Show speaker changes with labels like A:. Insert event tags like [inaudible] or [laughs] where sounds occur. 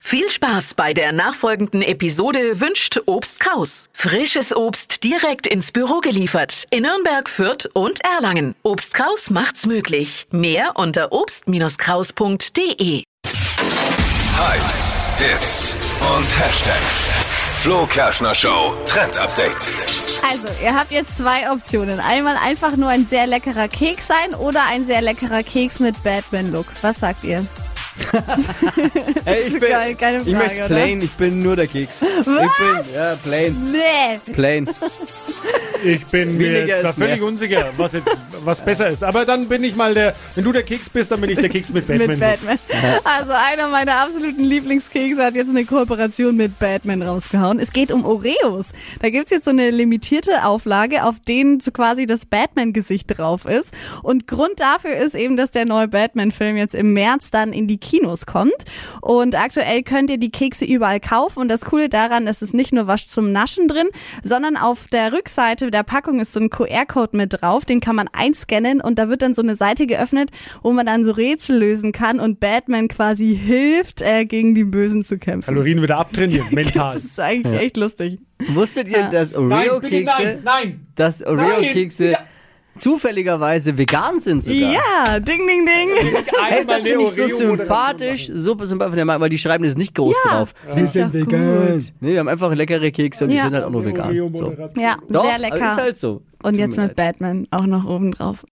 A: Viel Spaß bei der nachfolgenden Episode wünscht Obst Kraus. Frisches Obst direkt ins Büro geliefert in Nürnberg, Fürth und Erlangen. Obst Kraus macht's möglich. Mehr unter obst-kraus.de.
B: Hypes, Hits und Hashtags. Flo Kerschner Show Trend Update.
C: Also, ihr habt jetzt zwei Optionen. Einmal einfach nur ein sehr leckerer Keks sein oder ein sehr leckerer Keks mit Batman-Look. Was sagt ihr?
D: Ey, ich bin,
C: Geil- geile
D: ich
C: Frage,
D: mein's plain, ich bin nur der Keks. Ich bin, ja, plain,
C: Nee.
D: plain.
E: Ich bin mir
D: Weniger
E: jetzt da
D: ist mehr.
E: völlig unsicher, was jetzt was besser ist. Aber dann bin ich mal der, wenn du der Keks bist, dann bin ich der Keks mit
C: [laughs]
E: Batman.
C: Mit Batman. Also einer meiner absoluten Lieblingskekse hat jetzt eine Kooperation mit Batman rausgehauen. Es geht um Oreos. Da gibt's jetzt so eine limitierte Auflage, auf denen so quasi das Batman-Gesicht drauf ist. Und Grund dafür ist eben, dass der neue Batman-Film jetzt im März dann in die Kinos kommt. Und aktuell könnt ihr die Kekse überall kaufen. Und das Coole daran ist, es ist nicht nur was zum Naschen drin, sondern auf der Rückseite der Packung ist so ein QR-Code mit drauf. Den kann man einscannen und da wird dann so eine Seite geöffnet, wo man dann so Rätsel lösen kann und Batman quasi hilft, äh, gegen die Bösen zu kämpfen.
E: Kalorien wieder abtrainieren, mental.
C: Das ist eigentlich echt lustig.
D: Wusstet ihr, dass Oreo-Kekse,
E: nein.
D: dass Oreo-Kekse zufälligerweise vegan sind sogar?
C: Ja, ding, ding, ding.
D: Ey, das finde ich so sympathisch, so sympathisch von der Marke, weil die schreiben das nicht groß drauf.
C: Wir sind vegan.
D: Nee, die haben einfach leckere Kekse und die
C: Ja.
D: sind halt auch nur vegan. So.
C: Ja,
D: Doch,
C: sehr
D: aber
C: lecker.
D: ist halt so.
C: Und
D: Tut
C: jetzt
D: mir
C: mit
D: leid.
C: Batman auch noch oben drauf.